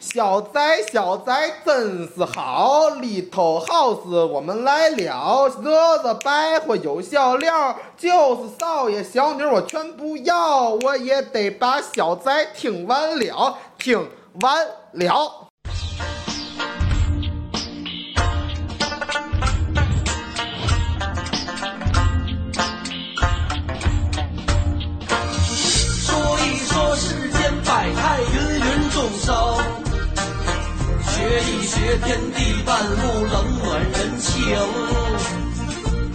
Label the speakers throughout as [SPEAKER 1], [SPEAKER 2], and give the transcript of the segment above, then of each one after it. [SPEAKER 1] 小宅小宅真是好，Little House 我们来了，惹惹白活有笑料，就是少爷小女儿我全不要，我也得把小宅听完了，听完了。
[SPEAKER 2] 说一说世间百态，芸芸众生。学一学天地万物，冷暖人情。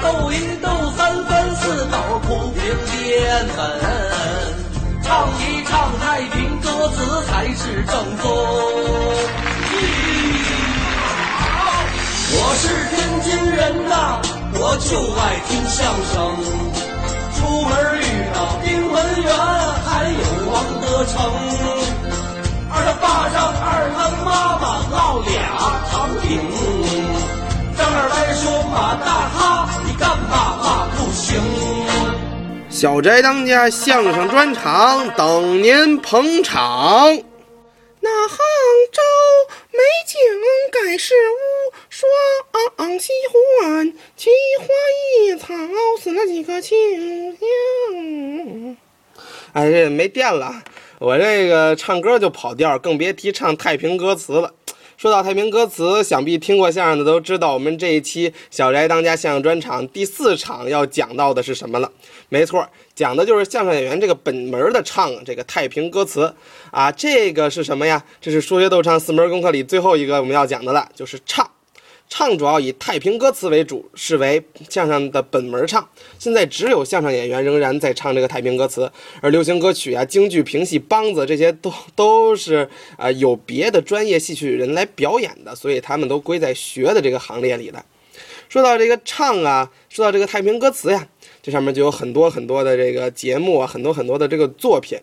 [SPEAKER 2] 斗一斗三分四斗，铺平边门。唱一唱太平歌词，才是正宗。我是天津人呐，我就爱听相声。出门遇到丁文元，还有王德成。二他爸让二他妈妈烙俩糖饼。张二来说马大哈，你干嘛嘛不行？
[SPEAKER 1] 小宅当家相声专场等您捧场。那杭州美景盖世无双，西湖岸奇花异草，死了几个清香。哎，这没电了，我这个唱歌就跑调，更别提唱太平歌词了。说到太平歌词，想必听过相声的都知道，我们这一期《小宅当家》相声专场第四场要讲到的是什么了？没错，讲的就是相声演员这个本门的唱这个太平歌词啊。这个是什么呀？这是说学逗唱四门功课里最后一个我们要讲的了，就是唱。唱主要以太平歌词为主，视为相声的本门唱。现在只有相声演员仍然在唱这个太平歌词，而流行歌曲啊、京剧、评戏、梆子这些都 都是啊、呃有别的专业戏曲人来表演的，所以他们都归在学的这个行列里的。说到这个唱啊，说到这个太平歌词呀，这上面就有很多很多的这个节目啊，很多很多的这个作品，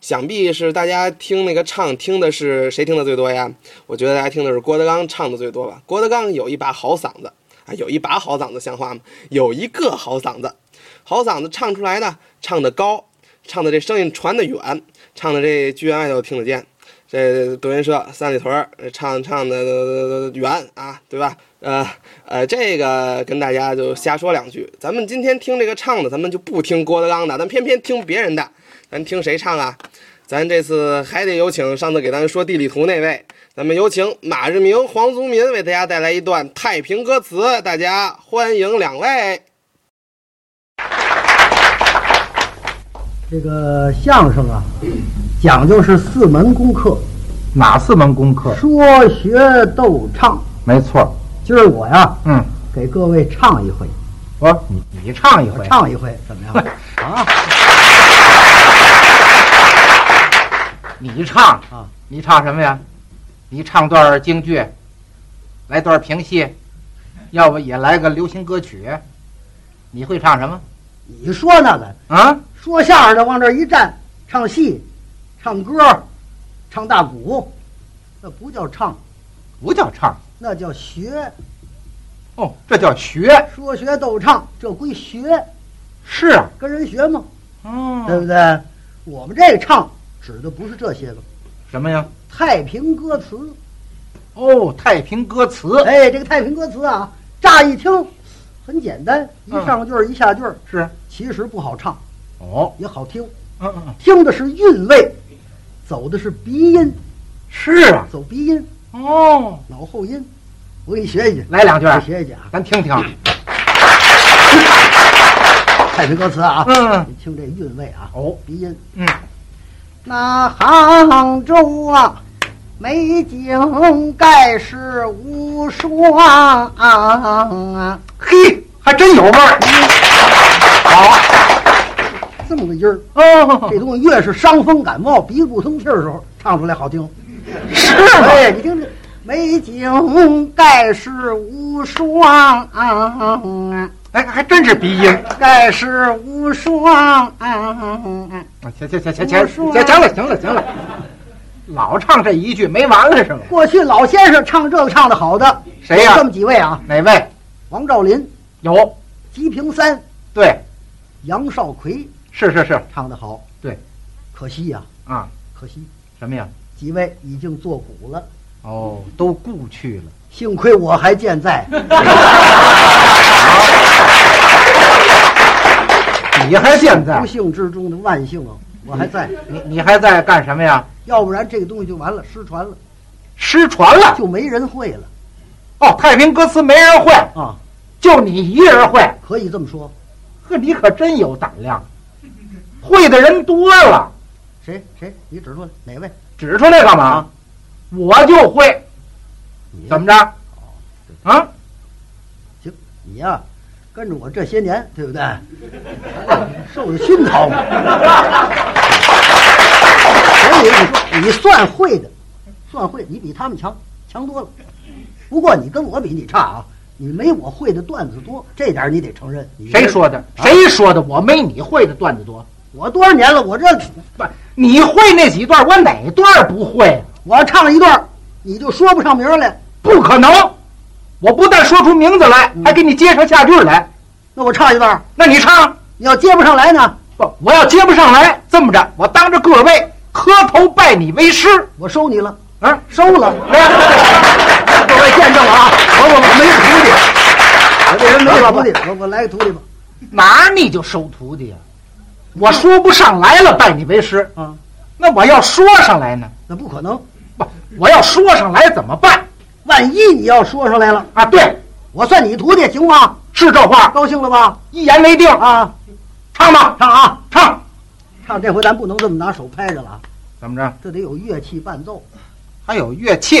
[SPEAKER 1] 想必是大家听那个唱听的是谁听的最多呀？我觉得大家听的是郭德纲唱的最多吧。郭德纲有一把好嗓子啊，有一把好嗓子像话吗？有一个好嗓子，好嗓子唱出来呢，唱的高，唱的这声音传的远，唱的这剧院外头听得见。这德云社三里屯儿唱唱的远啊，对吧？呃呃，这个跟大家就瞎说两句。咱们今天听这个唱的，咱们就不听郭德纲的，咱偏偏听别人的。咱听谁唱啊？咱这次还得有请上次给咱说地理图那位，咱们有请马志明、黄宗民为大家带来一段太平歌词，大家欢迎两位。
[SPEAKER 3] 这个相声啊，讲究是四门功课：
[SPEAKER 4] 哪四门功课？
[SPEAKER 3] 说、学、逗、唱。
[SPEAKER 4] 没错，
[SPEAKER 3] 今儿我呀，
[SPEAKER 4] 嗯，
[SPEAKER 3] 给各位唱一回，
[SPEAKER 4] 我说你你唱一
[SPEAKER 3] 我
[SPEAKER 4] 回，
[SPEAKER 3] 唱一回，怎么样？啊，
[SPEAKER 4] 你唱
[SPEAKER 3] 啊，
[SPEAKER 4] 你唱什么呀？你唱段京剧，来段评戏，要不也来个流行歌曲？你会唱什么？
[SPEAKER 3] 你说那个
[SPEAKER 4] 啊，
[SPEAKER 3] 说相声的往这儿一站，唱戏、唱歌、唱大鼓，那不叫唱，
[SPEAKER 4] 不叫唱
[SPEAKER 3] 那叫学。
[SPEAKER 4] 哦，这叫学。
[SPEAKER 3] 说学逗唱，这归学，
[SPEAKER 4] 是啊，
[SPEAKER 3] 跟人学嘛，对
[SPEAKER 4] 哦，
[SPEAKER 3] 不对？我们这个唱指的不是这些个
[SPEAKER 4] 什么呀？
[SPEAKER 3] 太平歌词。
[SPEAKER 4] 哦，太平歌词
[SPEAKER 3] 哎，这个太平歌词啊，乍一听很简单，一上句儿一下句儿，
[SPEAKER 4] 是
[SPEAKER 3] 其实不好唱，
[SPEAKER 4] 哦，
[SPEAKER 3] 也好听，
[SPEAKER 4] 嗯嗯，嗯
[SPEAKER 3] 听的是韵味，走的是鼻音，
[SPEAKER 4] 是啊，
[SPEAKER 3] 走鼻音、
[SPEAKER 4] 哦，
[SPEAKER 3] 脑后音。我给你学一句，
[SPEAKER 4] 来两句儿
[SPEAKER 3] 我学一句啊，
[SPEAKER 4] 咱听听。
[SPEAKER 3] 太平歌词啊，
[SPEAKER 4] 嗯
[SPEAKER 3] 你听这韵味啊，
[SPEAKER 4] 哦，
[SPEAKER 3] 鼻音。
[SPEAKER 4] 嗯，
[SPEAKER 3] 那杭州啊，美景盖世无双啊，
[SPEAKER 4] 嘿，还真有味儿。好
[SPEAKER 3] 这么个音儿。
[SPEAKER 4] 哦
[SPEAKER 3] 这东西越是伤风感冒、鼻不通气儿的时候，唱出来好听。
[SPEAKER 4] 是
[SPEAKER 3] 哎，你听这美景盖世无双啊，
[SPEAKER 4] 哎，还真是鼻音。
[SPEAKER 3] 盖世无双啊！
[SPEAKER 4] 啊行行行行行行行了行了行了，老唱这一句没完了是吗？
[SPEAKER 3] 过去老先生唱这个唱的好的，
[SPEAKER 4] 谁呀
[SPEAKER 3] 有这么几位啊：
[SPEAKER 4] 哪位？
[SPEAKER 3] 王兆林、
[SPEAKER 4] 有
[SPEAKER 3] 吉平三、
[SPEAKER 4] 对，
[SPEAKER 3] 杨少奎
[SPEAKER 4] 是是是
[SPEAKER 3] 唱的好。
[SPEAKER 4] 对，
[SPEAKER 3] 可惜呀、
[SPEAKER 4] 啊，
[SPEAKER 3] 可惜
[SPEAKER 4] 什么呀？
[SPEAKER 3] 几位已经作古了，
[SPEAKER 4] 哦，都故去了。
[SPEAKER 3] 幸亏我还健在。
[SPEAKER 4] 你还健在
[SPEAKER 3] 不？幸之中的万幸啊，我还在，
[SPEAKER 4] 你你还在干什么呀？
[SPEAKER 3] 要不然这个东西就完了，失传了，
[SPEAKER 4] 失传了。
[SPEAKER 3] 就没人会了
[SPEAKER 4] 哦，太平歌词没人会，
[SPEAKER 3] 啊。
[SPEAKER 4] 就你一人会。
[SPEAKER 3] 可以这么说，
[SPEAKER 4] 呵，你可真有胆量，会的人多了，
[SPEAKER 3] 谁谁你指出来哪位？
[SPEAKER 4] 指出来干嘛？我就会，
[SPEAKER 3] 你
[SPEAKER 4] 怎么着？啊，
[SPEAKER 3] 行，你呀、跟着我这些年，对不对？受着熏陶嘛。所以你说你算会的，算会，你比他们强，强多了。不过你跟我比，你差啊，你没我会的段子多，这点你得承认。你啊
[SPEAKER 4] 谁说的？谁说的？我没你会的段子多。
[SPEAKER 3] 我多少年了？我这
[SPEAKER 4] 不，你会那几段，我哪段不会？
[SPEAKER 3] 我要唱一段，你就说不上名儿来。
[SPEAKER 4] 不可能！我不但说出名字来，还给你接上下句来。
[SPEAKER 3] 那我唱一段，
[SPEAKER 4] 那你唱
[SPEAKER 3] 你要接不上来呢，
[SPEAKER 4] 不？我要接不上来，这么着，我当着各位磕头拜你为师
[SPEAKER 3] 我收你了，
[SPEAKER 4] 啊！
[SPEAKER 3] 收了。
[SPEAKER 4] 来，各位见证了啊！我我我没有徒弟，我这人没
[SPEAKER 3] 没
[SPEAKER 4] 有
[SPEAKER 3] 有
[SPEAKER 4] 徒
[SPEAKER 3] 徒
[SPEAKER 4] 弟
[SPEAKER 3] 弟，，我我来个徒弟吧。
[SPEAKER 4] 哪儿你就收徒弟啊？我说不上来了，拜你为师。
[SPEAKER 3] 啊，
[SPEAKER 4] 那我要说上来呢？
[SPEAKER 3] 那不可能。
[SPEAKER 4] 不，我要说上来怎么办
[SPEAKER 3] 万一你要说上来了，
[SPEAKER 4] 啊？对，
[SPEAKER 3] 我算你徒弟，行吗？
[SPEAKER 4] 是这话，
[SPEAKER 3] 高兴了吧？
[SPEAKER 4] 一言为定啊！
[SPEAKER 3] 啊，
[SPEAKER 4] 唱吧，
[SPEAKER 3] 唱啊！
[SPEAKER 4] 唱，
[SPEAKER 3] 唱这回咱不能这么拿手拍着了啊，
[SPEAKER 4] 怎么着？
[SPEAKER 3] 这得有乐器伴奏。
[SPEAKER 4] 还有乐器。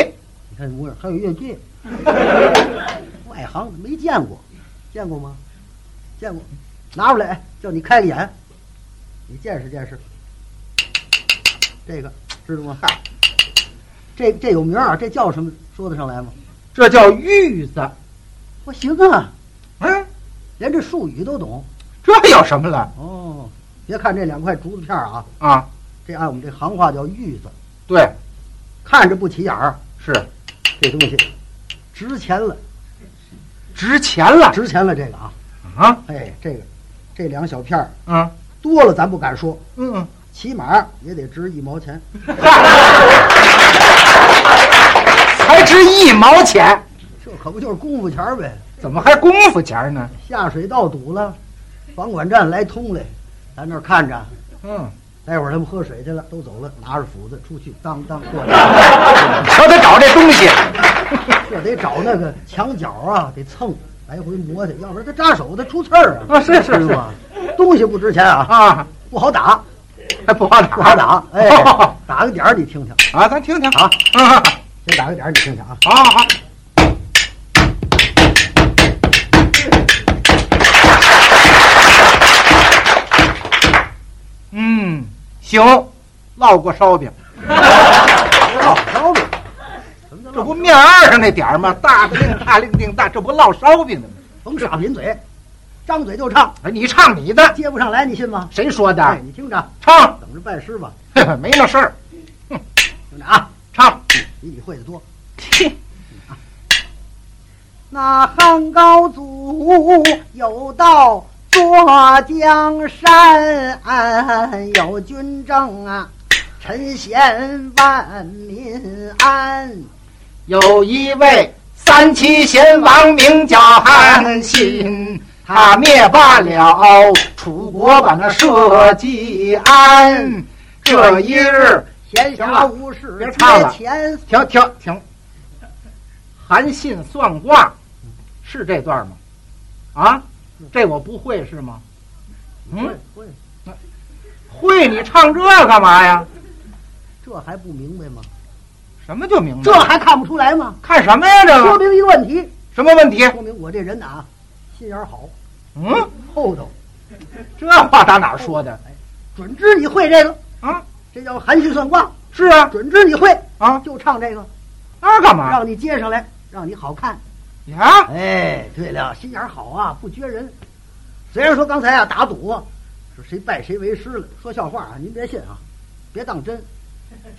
[SPEAKER 3] 你看这模样，还有乐器，外行没见过，见过吗？见过，拿出来，哎叫你开个眼，你见识见识。这个知道吗？嗨，这这有名儿啊，这叫什么？说得上来吗？
[SPEAKER 4] 这叫玉子。
[SPEAKER 3] 我行啊，
[SPEAKER 4] 嗯，
[SPEAKER 3] 连这术语都懂
[SPEAKER 4] 这有什么了
[SPEAKER 3] 哦。别看这两块竹子片儿啊，
[SPEAKER 4] 啊？
[SPEAKER 3] 这按我们这行话叫玉子，
[SPEAKER 4] 对，
[SPEAKER 3] 看着不起眼儿，
[SPEAKER 4] 是
[SPEAKER 3] 这东西值钱了，
[SPEAKER 4] 值钱了
[SPEAKER 3] 值钱了。这个啊，
[SPEAKER 4] 啊！
[SPEAKER 3] 哎，这个这两小片儿
[SPEAKER 4] 嗯
[SPEAKER 3] 多了咱不敢说，
[SPEAKER 4] 嗯，
[SPEAKER 3] 起码也得值一毛钱。
[SPEAKER 4] 才值一毛钱，
[SPEAKER 3] 这可不就是功夫钱儿呗？
[SPEAKER 4] 怎么还功夫钱呢？
[SPEAKER 3] 下水道堵了，房管站来通来，咱这儿看着。
[SPEAKER 4] 嗯，
[SPEAKER 3] 待会儿他们喝水去了，都走了，拿着斧子出去，当当过来，
[SPEAKER 4] 瞧他找这东西，
[SPEAKER 3] 这得找那个墙角啊，得蹭，来回磨去，要不然他扎手，他出刺儿啊。
[SPEAKER 4] 啊是是
[SPEAKER 3] 知道吗？东西不值钱啊，
[SPEAKER 4] 啊，
[SPEAKER 3] 不好打，
[SPEAKER 4] 还不好打，
[SPEAKER 3] 不好打。 哎，打个点儿你听听，
[SPEAKER 4] 啊，咱听听
[SPEAKER 3] 啊，
[SPEAKER 4] 啊，
[SPEAKER 3] 先打个点儿你听听啊。
[SPEAKER 4] 好好好，嗯，行，烙过烧饼，
[SPEAKER 3] 烙烧
[SPEAKER 4] 啊
[SPEAKER 3] 饼，什么叫
[SPEAKER 4] 这
[SPEAKER 3] 烙？
[SPEAKER 4] 不面二上那点儿吗？大不令大令定大，这不烙烧饼呢吗？
[SPEAKER 3] 甭耍贫嘴，张嘴就唱，
[SPEAKER 4] 哎，你唱你的，
[SPEAKER 3] 接不上来，你信吗？
[SPEAKER 4] 谁说
[SPEAKER 3] 哎，
[SPEAKER 4] 的？
[SPEAKER 3] 你听着，
[SPEAKER 4] 唱，
[SPEAKER 3] 等着拜师吧，
[SPEAKER 4] 没那事儿，
[SPEAKER 3] 听着啊，
[SPEAKER 4] 唱。
[SPEAKER 3] 比你会的多。那汉高祖有道坐江山，有军政啊，臣贤万民安。
[SPEAKER 4] 有一位三七贤王，名叫韩信，他灭罢了哦楚国，把那社稷安。这一日，
[SPEAKER 3] 闲暇无事
[SPEAKER 4] 别唱了
[SPEAKER 3] 钱
[SPEAKER 4] 停停停，韩信算卦，是这段吗？啊，这我不会是吗？嗯，
[SPEAKER 3] 会，
[SPEAKER 4] 会你唱这干嘛呀？
[SPEAKER 3] 这还不明白吗？
[SPEAKER 4] 什么就明白？
[SPEAKER 3] 这还看不出来吗？
[SPEAKER 4] 看什么呀？这
[SPEAKER 3] 说
[SPEAKER 4] 个
[SPEAKER 3] 明一个问题，
[SPEAKER 4] 什么问题？
[SPEAKER 3] 说明我这人呐啊，心眼儿好，
[SPEAKER 4] 嗯，
[SPEAKER 3] 厚道，
[SPEAKER 4] 这话打哪儿说的
[SPEAKER 3] 准知你会这个，
[SPEAKER 4] 啊？
[SPEAKER 3] 这叫含蓄算卦，
[SPEAKER 4] 是啊
[SPEAKER 3] 准知你会，
[SPEAKER 4] 啊，
[SPEAKER 3] 就唱这个，
[SPEAKER 4] 那干嘛
[SPEAKER 3] 让你接上来，让你好看。
[SPEAKER 4] 呀？
[SPEAKER 3] 哎，对了，心眼儿好啊，不撅人。虽然说刚才啊打赌啊，说谁拜谁为师了，说笑话啊，您别信啊，别当真。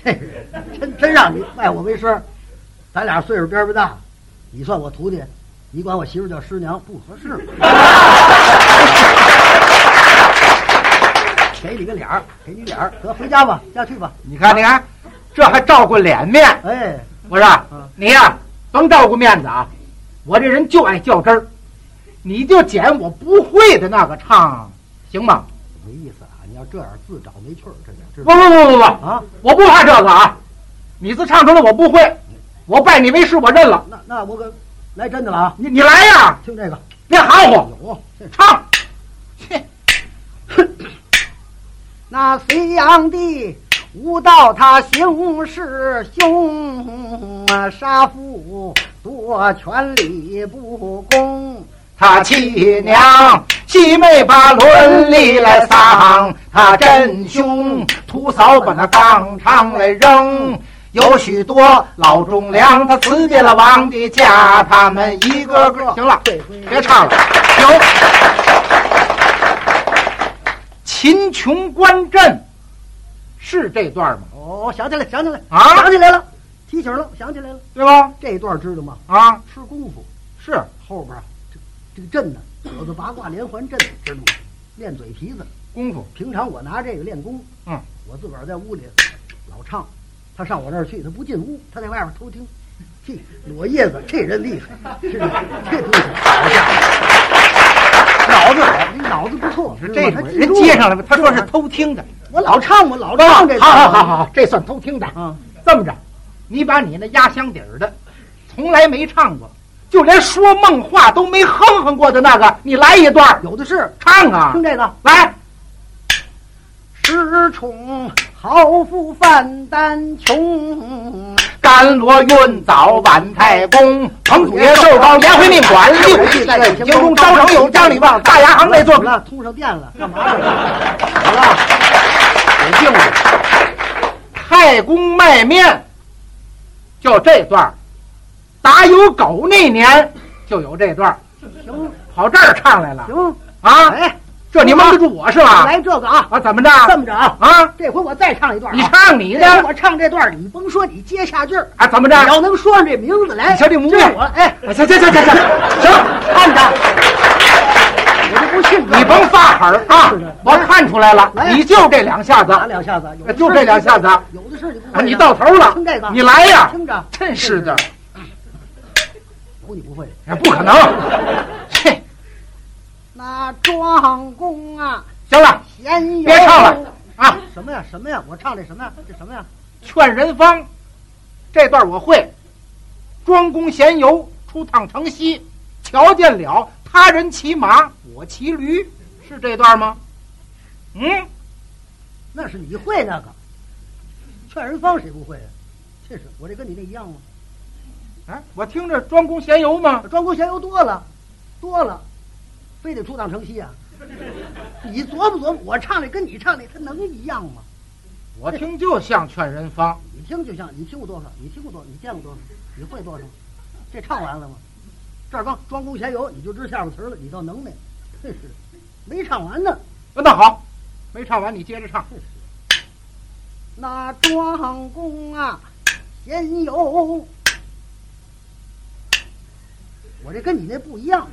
[SPEAKER 3] 这真真让你拜我为师，咱俩岁数边儿不大，你算我徒弟，你管我媳妇儿叫师娘不合适。 给你个脸儿，给你脸儿，得回家吧，家去吧。
[SPEAKER 4] 你看，你看，这还照顾脸面，
[SPEAKER 3] 哎，
[SPEAKER 4] 不是？你呀、甭照顾面子啊，我这人就爱较真儿，你就捡我不会的那个唱，行吗？
[SPEAKER 3] 没意思啊！你要这样自找没趣儿，这叫这
[SPEAKER 4] 不不不不不，
[SPEAKER 3] 啊，
[SPEAKER 4] 我不怕这个啊！你自唱出来我不会，我拜你为师，我认了。
[SPEAKER 3] 那那我可来真的了啊！
[SPEAKER 4] 你你来呀，
[SPEAKER 3] 听这个
[SPEAKER 4] 别含糊，
[SPEAKER 3] 有这
[SPEAKER 4] 唱。
[SPEAKER 3] 那隋炀帝无道，他行事凶啊，杀父夺权理不公。
[SPEAKER 4] 他气娘细妹把伦理来丧，他真凶徒嫂把那纲常来扔。有许多老忠良，他辞别了王的家，他们一个个行了，别唱了，行。秦琼观阵是这段吗？
[SPEAKER 3] 哦，想起来，想起来，
[SPEAKER 4] 啊
[SPEAKER 3] 想起来了，提醒了，我想起来了。
[SPEAKER 4] 对吧？
[SPEAKER 3] 这一段知道吗？
[SPEAKER 4] 啊，
[SPEAKER 3] 吃功夫，
[SPEAKER 4] 是
[SPEAKER 3] 后边啊，这这个阵呢，有的八卦连环阵，知道吗？练嘴皮子。
[SPEAKER 4] 功夫，
[SPEAKER 3] 平常我拿这个练功，
[SPEAKER 4] 嗯，
[SPEAKER 3] 我自个儿在屋里老唱，他上我那儿去，他不进屋，他在外边偷听。 嘿，裸叶子，这人厉害，是吧 这东西好家伙，脑子好，你脑子不错，
[SPEAKER 4] 是
[SPEAKER 3] 是
[SPEAKER 4] 这
[SPEAKER 3] 吧
[SPEAKER 4] 种
[SPEAKER 3] 他
[SPEAKER 4] 人接上来了，他说
[SPEAKER 3] 是
[SPEAKER 4] 是偷听的。
[SPEAKER 3] 我老唱，我老唱这个，
[SPEAKER 4] 好好好好，啊这算偷听的。
[SPEAKER 3] 嗯，
[SPEAKER 4] 这么着，你把你那压箱底儿的，从来没唱过，就连说梦话都没哼哼过的那个，你来一段儿
[SPEAKER 3] 有的是，
[SPEAKER 4] 唱啊
[SPEAKER 3] 听，这个。
[SPEAKER 4] 来，
[SPEAKER 3] 恃宠豪富犯丹穷，
[SPEAKER 4] 甘罗运早晚太公，彭祖爷寿
[SPEAKER 3] 哎
[SPEAKER 4] 高，颜回命管，六气在天中，招成有张李旺，大牙行内坐
[SPEAKER 3] 怎么了，通上电了，干嘛去了？好了，
[SPEAKER 4] 有病吧？太公卖面，就这段儿，打有狗那年就有这段儿，
[SPEAKER 3] 行
[SPEAKER 4] 跑这儿唱来了
[SPEAKER 3] 行，
[SPEAKER 4] 啊！
[SPEAKER 3] 哎，
[SPEAKER 4] 这你蒙得住我是吧？
[SPEAKER 3] 来这个啊，
[SPEAKER 4] 啊，怎么着？
[SPEAKER 3] 这么着啊，
[SPEAKER 4] 啊？
[SPEAKER 3] 这回我再唱一段啊，
[SPEAKER 4] 你唱你
[SPEAKER 3] 这回
[SPEAKER 4] 的
[SPEAKER 3] 我唱这段，你甭说，你接下句儿，
[SPEAKER 4] 啊？怎么
[SPEAKER 3] 你
[SPEAKER 4] 着？
[SPEAKER 3] 要能说上这名字来，
[SPEAKER 4] 你瞧这模样
[SPEAKER 3] 我哎，
[SPEAKER 4] 哎行行行行行行，看着，
[SPEAKER 3] 我就不信
[SPEAKER 4] 你甭发狠儿啊
[SPEAKER 3] 是的！
[SPEAKER 4] 我看出来了，
[SPEAKER 3] 来
[SPEAKER 4] 你就这两下子
[SPEAKER 3] 打两下子，有的是
[SPEAKER 4] 就这两下子啊，
[SPEAKER 3] 有的是你不会
[SPEAKER 4] 啊，
[SPEAKER 3] 的
[SPEAKER 4] 你到头了
[SPEAKER 3] 听这个，
[SPEAKER 4] 你来呀！
[SPEAKER 3] 听着，哦
[SPEAKER 4] 真是的，
[SPEAKER 3] 有你不会的。
[SPEAKER 4] 哎不可能。嘿，
[SPEAKER 3] 那庄公啊，
[SPEAKER 4] 行了，
[SPEAKER 3] 闲游
[SPEAKER 4] 别唱了啊！
[SPEAKER 3] 什么呀？什么呀？我唱这什么呀？这什么呀？
[SPEAKER 4] 劝人方，这段我会。庄公闲游出趟城西，瞧见了他人骑马，我骑驴，是这段吗？嗯，
[SPEAKER 3] 那是你会那个，劝人方谁不会啊？这是我这跟你那一样吗？
[SPEAKER 4] 哎，我听着庄公闲游吗？
[SPEAKER 3] 庄公闲游多了，多了，非得出趟城西啊？你琢磨琢磨，我唱的跟你唱的，它能一样吗？
[SPEAKER 4] 我听就像劝人方，
[SPEAKER 3] 你听就像，你听过多少？你听过多少？你见过多少？你会多少？这唱完了吗？这儿刚庄公闲游，你就知下边词儿了，你倒能耐， 真是没唱完呢。
[SPEAKER 4] 那好，没唱完你接着唱。
[SPEAKER 3] 那庄公啊，闲游。我这跟你那不一样，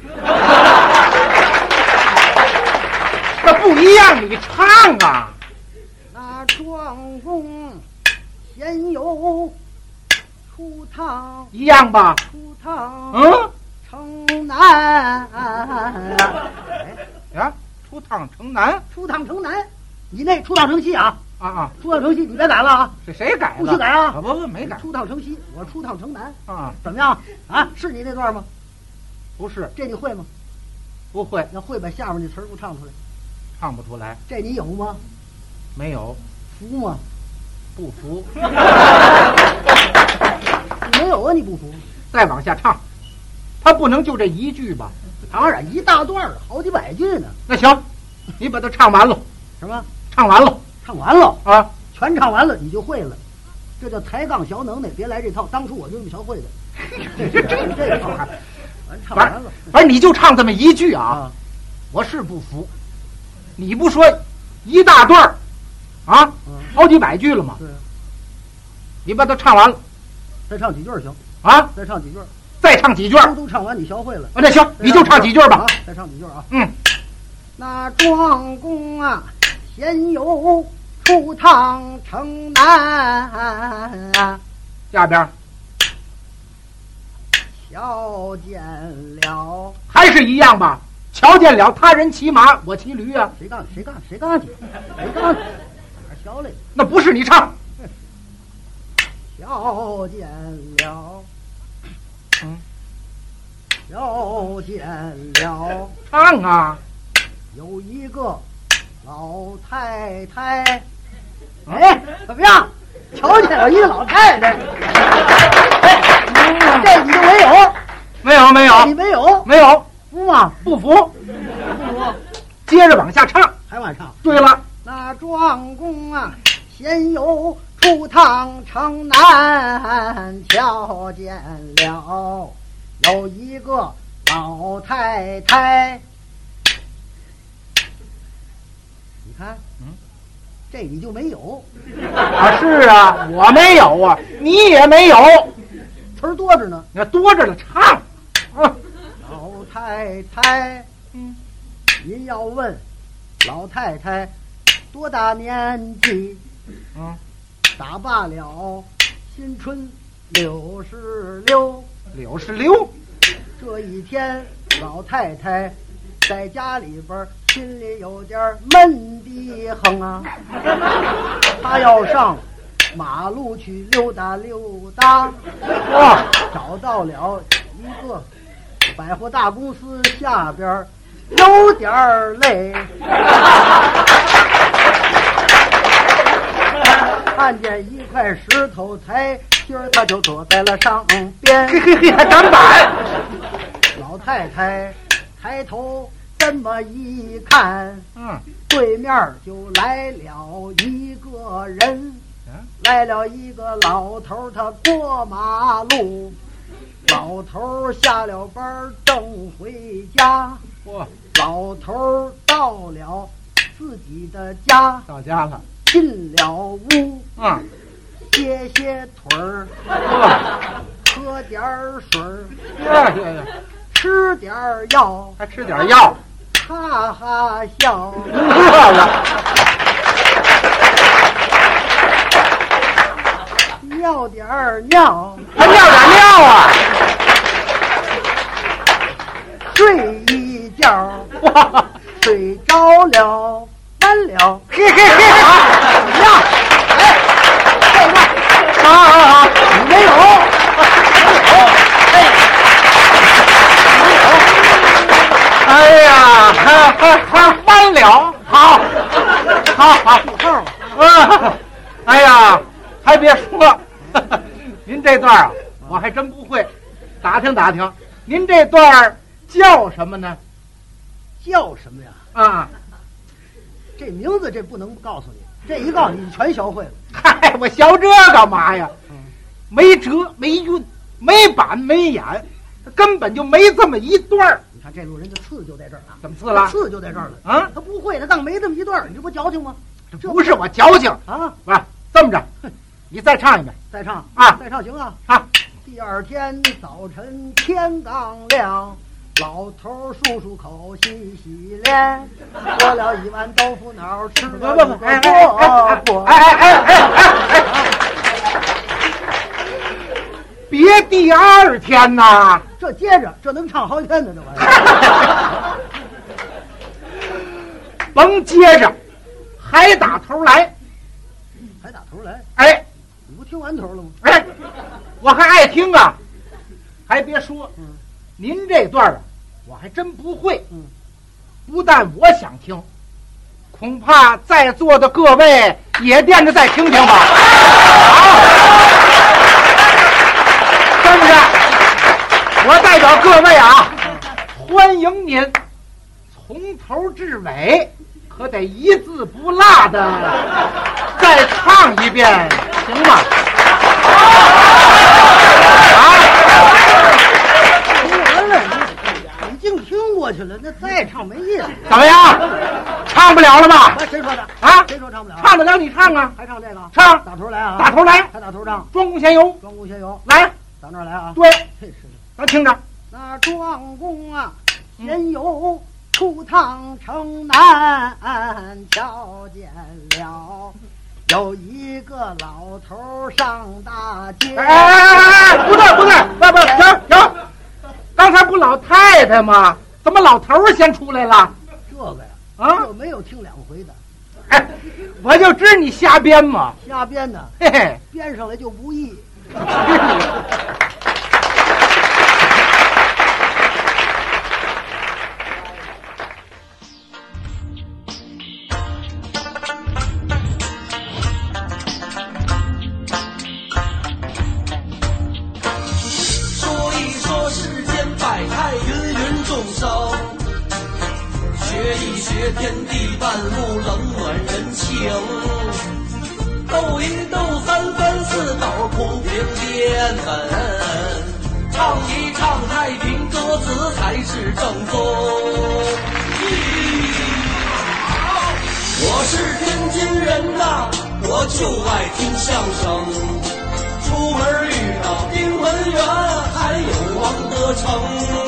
[SPEAKER 4] 那不一样，你唱啊！
[SPEAKER 3] 那庄公闲游出趟
[SPEAKER 4] 一样吧？
[SPEAKER 3] 出趟
[SPEAKER 4] 嗯，
[SPEAKER 3] 城南，哎
[SPEAKER 4] 呀，出趟城南
[SPEAKER 3] 出趟城南，你那出趟城西啊，
[SPEAKER 4] 啊啊！
[SPEAKER 3] 出趟城西你别改了啊，
[SPEAKER 4] 是谁改的？
[SPEAKER 3] 不许改啊
[SPEAKER 4] 不不，没改
[SPEAKER 3] 出趟城西，我出趟城南，
[SPEAKER 4] 啊！
[SPEAKER 3] 怎么样啊？是你那段吗？
[SPEAKER 4] 不是，
[SPEAKER 3] 这你会吗？
[SPEAKER 4] 不会，
[SPEAKER 3] 要会把下面那词儿给我唱出来，
[SPEAKER 4] 唱不出来，
[SPEAKER 3] 这你有吗？
[SPEAKER 4] 没有，
[SPEAKER 3] 服吗？
[SPEAKER 4] 不服。
[SPEAKER 3] 没有啊，你不服？
[SPEAKER 4] 再往下唱，他不能就这一句吧？
[SPEAKER 3] 当然一大段儿，好几百句呢，
[SPEAKER 4] 那行，你把它唱完了，
[SPEAKER 3] 是吧？
[SPEAKER 4] 唱完了
[SPEAKER 3] 唱完了，
[SPEAKER 4] 啊！
[SPEAKER 3] 全唱完了，你就会了。这叫抬杠小能耐，别来这套。当初我就这么学会的。这这这个好看，完唱完了
[SPEAKER 4] 反正哎你就唱这么一句啊！
[SPEAKER 3] 啊，
[SPEAKER 4] 我是不服，你不说一大段儿啊，
[SPEAKER 3] 嗯，
[SPEAKER 4] 好几百句了吗？
[SPEAKER 3] 对啊，
[SPEAKER 4] 你把它唱完了
[SPEAKER 3] 再唱几句儿行，
[SPEAKER 4] 啊，
[SPEAKER 3] 再唱几句儿，
[SPEAKER 4] 再唱几句儿
[SPEAKER 3] 都都唱完你学会了，
[SPEAKER 4] 啊，那行，你就唱几句儿吧
[SPEAKER 3] 啊。，再唱几句儿啊。
[SPEAKER 4] 嗯，
[SPEAKER 3] 那庄公啊，闲游出趟城南，
[SPEAKER 4] 下边儿
[SPEAKER 3] 瞧见了
[SPEAKER 4] 还是一样吧。瞧见了他人骑马，我骑驴啊，
[SPEAKER 3] 谁干谁干谁干的？谁干的？哪儿瞧来？
[SPEAKER 4] 那不是你唱。
[SPEAKER 3] 瞧见了，
[SPEAKER 4] 嗯，
[SPEAKER 3] 瞧见了，
[SPEAKER 4] 唱啊，
[SPEAKER 3] 有一个老太太。
[SPEAKER 4] 哎，
[SPEAKER 3] 怎么样？瞧见了一个老太太，哎，这你就没有，
[SPEAKER 4] 没有没
[SPEAKER 3] 你
[SPEAKER 4] 有
[SPEAKER 3] 没有，
[SPEAKER 4] 没有，
[SPEAKER 3] 不啊嘛？
[SPEAKER 4] 不服，接着往下唱。
[SPEAKER 3] 还往上。
[SPEAKER 4] 对了，
[SPEAKER 3] 那庄公啊，闲游出趟城南，瞧见了有一个老太太。你看，
[SPEAKER 4] 嗯，
[SPEAKER 3] 这你就没有，
[SPEAKER 4] 啊是啊，我没有啊，你也没有，
[SPEAKER 3] 词儿多着呢。
[SPEAKER 4] 你看多着了唱。啊，
[SPEAKER 3] 老太太，
[SPEAKER 4] 嗯，
[SPEAKER 3] 您要问老太太多大年纪？
[SPEAKER 4] 嗯，
[SPEAKER 3] 打罢了新春六十六。
[SPEAKER 4] 柳是溜，
[SPEAKER 3] 这一天，老太太在家里边儿心里有点儿闷的很啊，她要上马路去溜达溜达。
[SPEAKER 4] 哇，
[SPEAKER 3] 找到了一个百货大公司下边儿，有点儿累。看见一块石头台阶儿，他就坐在了上边。
[SPEAKER 4] 嘿嘿嘿，还敢摆？
[SPEAKER 3] 老太太抬头这么一看，
[SPEAKER 4] 嗯，
[SPEAKER 3] 对面儿就来了一个人
[SPEAKER 4] 啊，
[SPEAKER 3] 来了一个老头儿，他过马路。老头儿下了班儿正回家，
[SPEAKER 4] 哇，
[SPEAKER 3] 老头儿到了自己的家，
[SPEAKER 4] 到家了。
[SPEAKER 3] 进了屋，
[SPEAKER 4] 嗯，
[SPEAKER 3] 歇歇腿儿，
[SPEAKER 4] 哇，
[SPEAKER 3] 喝点儿水儿，
[SPEAKER 4] 这这这
[SPEAKER 3] 吃点儿药，
[SPEAKER 4] 还吃点药，嗯
[SPEAKER 3] 哈哈笑。
[SPEAKER 4] 饿了。
[SPEAKER 3] 尿点儿尿，
[SPEAKER 4] 还尿点尿啊！
[SPEAKER 3] 睡一觉，
[SPEAKER 4] 哇，
[SPEAKER 3] 睡着了，完了。
[SPEAKER 4] 嘿嘿嘿，好，怎么样？哎，这个，好好好，你没有，没有，哎，没有。哎呀，还还还翻了，好，好好。
[SPEAKER 3] 号
[SPEAKER 4] 啊，哎呀，还别说，您这段啊，我还真不会，打听打听，您这段儿叫什么呢？
[SPEAKER 3] 叫什么呀？
[SPEAKER 4] 啊，
[SPEAKER 3] 这名字这不能告诉你，这一告诉你全学会了。
[SPEAKER 4] 嗨，哎我学这干嘛呀？没辙，没韵，没板，没眼，根本就没这么一段儿，
[SPEAKER 3] 你看这路人的刺就在这儿啊，
[SPEAKER 4] 怎么刺了？
[SPEAKER 3] 刺就在这儿了。
[SPEAKER 4] 啊，
[SPEAKER 3] 他不会，他当没这么一段儿，你这不矫情吗？
[SPEAKER 4] 这不是我矫情，
[SPEAKER 3] 啊，
[SPEAKER 4] 不是这么着，你再唱一遍
[SPEAKER 3] 再唱
[SPEAKER 4] 啊
[SPEAKER 3] 再唱行啊。
[SPEAKER 4] 啊！
[SPEAKER 3] 第二天早晨天刚亮，老头儿漱漱口，洗洗脸，做了一碗豆腐脑，吃
[SPEAKER 4] 不
[SPEAKER 3] 了
[SPEAKER 4] 不
[SPEAKER 3] 一
[SPEAKER 4] 不，哎哎哎
[SPEAKER 3] 个
[SPEAKER 4] 哎
[SPEAKER 3] 饽饽。
[SPEAKER 4] 哎哎哎哎！别第二天呐！
[SPEAKER 3] 这接着，这能唱好几天呢，这玩意 儿。
[SPEAKER 4] 甭接着，还打头来。
[SPEAKER 3] 还打头来，
[SPEAKER 4] 哎
[SPEAKER 3] 你不听完头了吗？
[SPEAKER 4] 哎，我还爱听啊！还别说
[SPEAKER 3] 嗯，
[SPEAKER 4] 您这段啊，我还真不会
[SPEAKER 3] 嗯。
[SPEAKER 4] 不但我想听，恐怕在座的各位也惦着再听听吧。 好，是不是？我代表各位啊，欢迎您从头至尾，可得一字不落的再唱一遍，行吗？啊！
[SPEAKER 3] 听完了，你已经听过去了，那再唱没意思。
[SPEAKER 4] 怎么样？唱不了了吧？
[SPEAKER 3] 哎，谁说的？
[SPEAKER 4] 啊，
[SPEAKER 3] 谁说唱不了？
[SPEAKER 4] 唱得了你唱啊，
[SPEAKER 3] 还唱这个？
[SPEAKER 4] 唱
[SPEAKER 3] 打头来啊！
[SPEAKER 4] 打头来，
[SPEAKER 3] 还打头唱，
[SPEAKER 4] 庄公闲游
[SPEAKER 3] 庄公闲游，
[SPEAKER 4] 来，
[SPEAKER 3] 打那儿来啊！
[SPEAKER 4] 对，
[SPEAKER 3] 这是的
[SPEAKER 4] 咱听着，
[SPEAKER 3] 那庄公啊，闲游出趟城南瞧见了有一个老头儿上大街。
[SPEAKER 4] 哎哎哎！不对不对，不不，停停！刚才不老太太吗？怎么老头儿先出来了？
[SPEAKER 3] 这个呀，
[SPEAKER 4] 啊
[SPEAKER 3] 我没有听两回的，
[SPEAKER 4] 哎，我就知你瞎编嘛。
[SPEAKER 3] 瞎编的，
[SPEAKER 4] 嘿嘿，
[SPEAKER 3] 编上来就不易。
[SPEAKER 2] 说一说世间百态，芸芸众生。学一学天地万物，冷暖人情。斗一斗三分四斗，铺平淀粉。唱一唱太平歌词，才是正宗。我是天津人呐，我就爱听相声。出门遇到丁文元，还有王德成。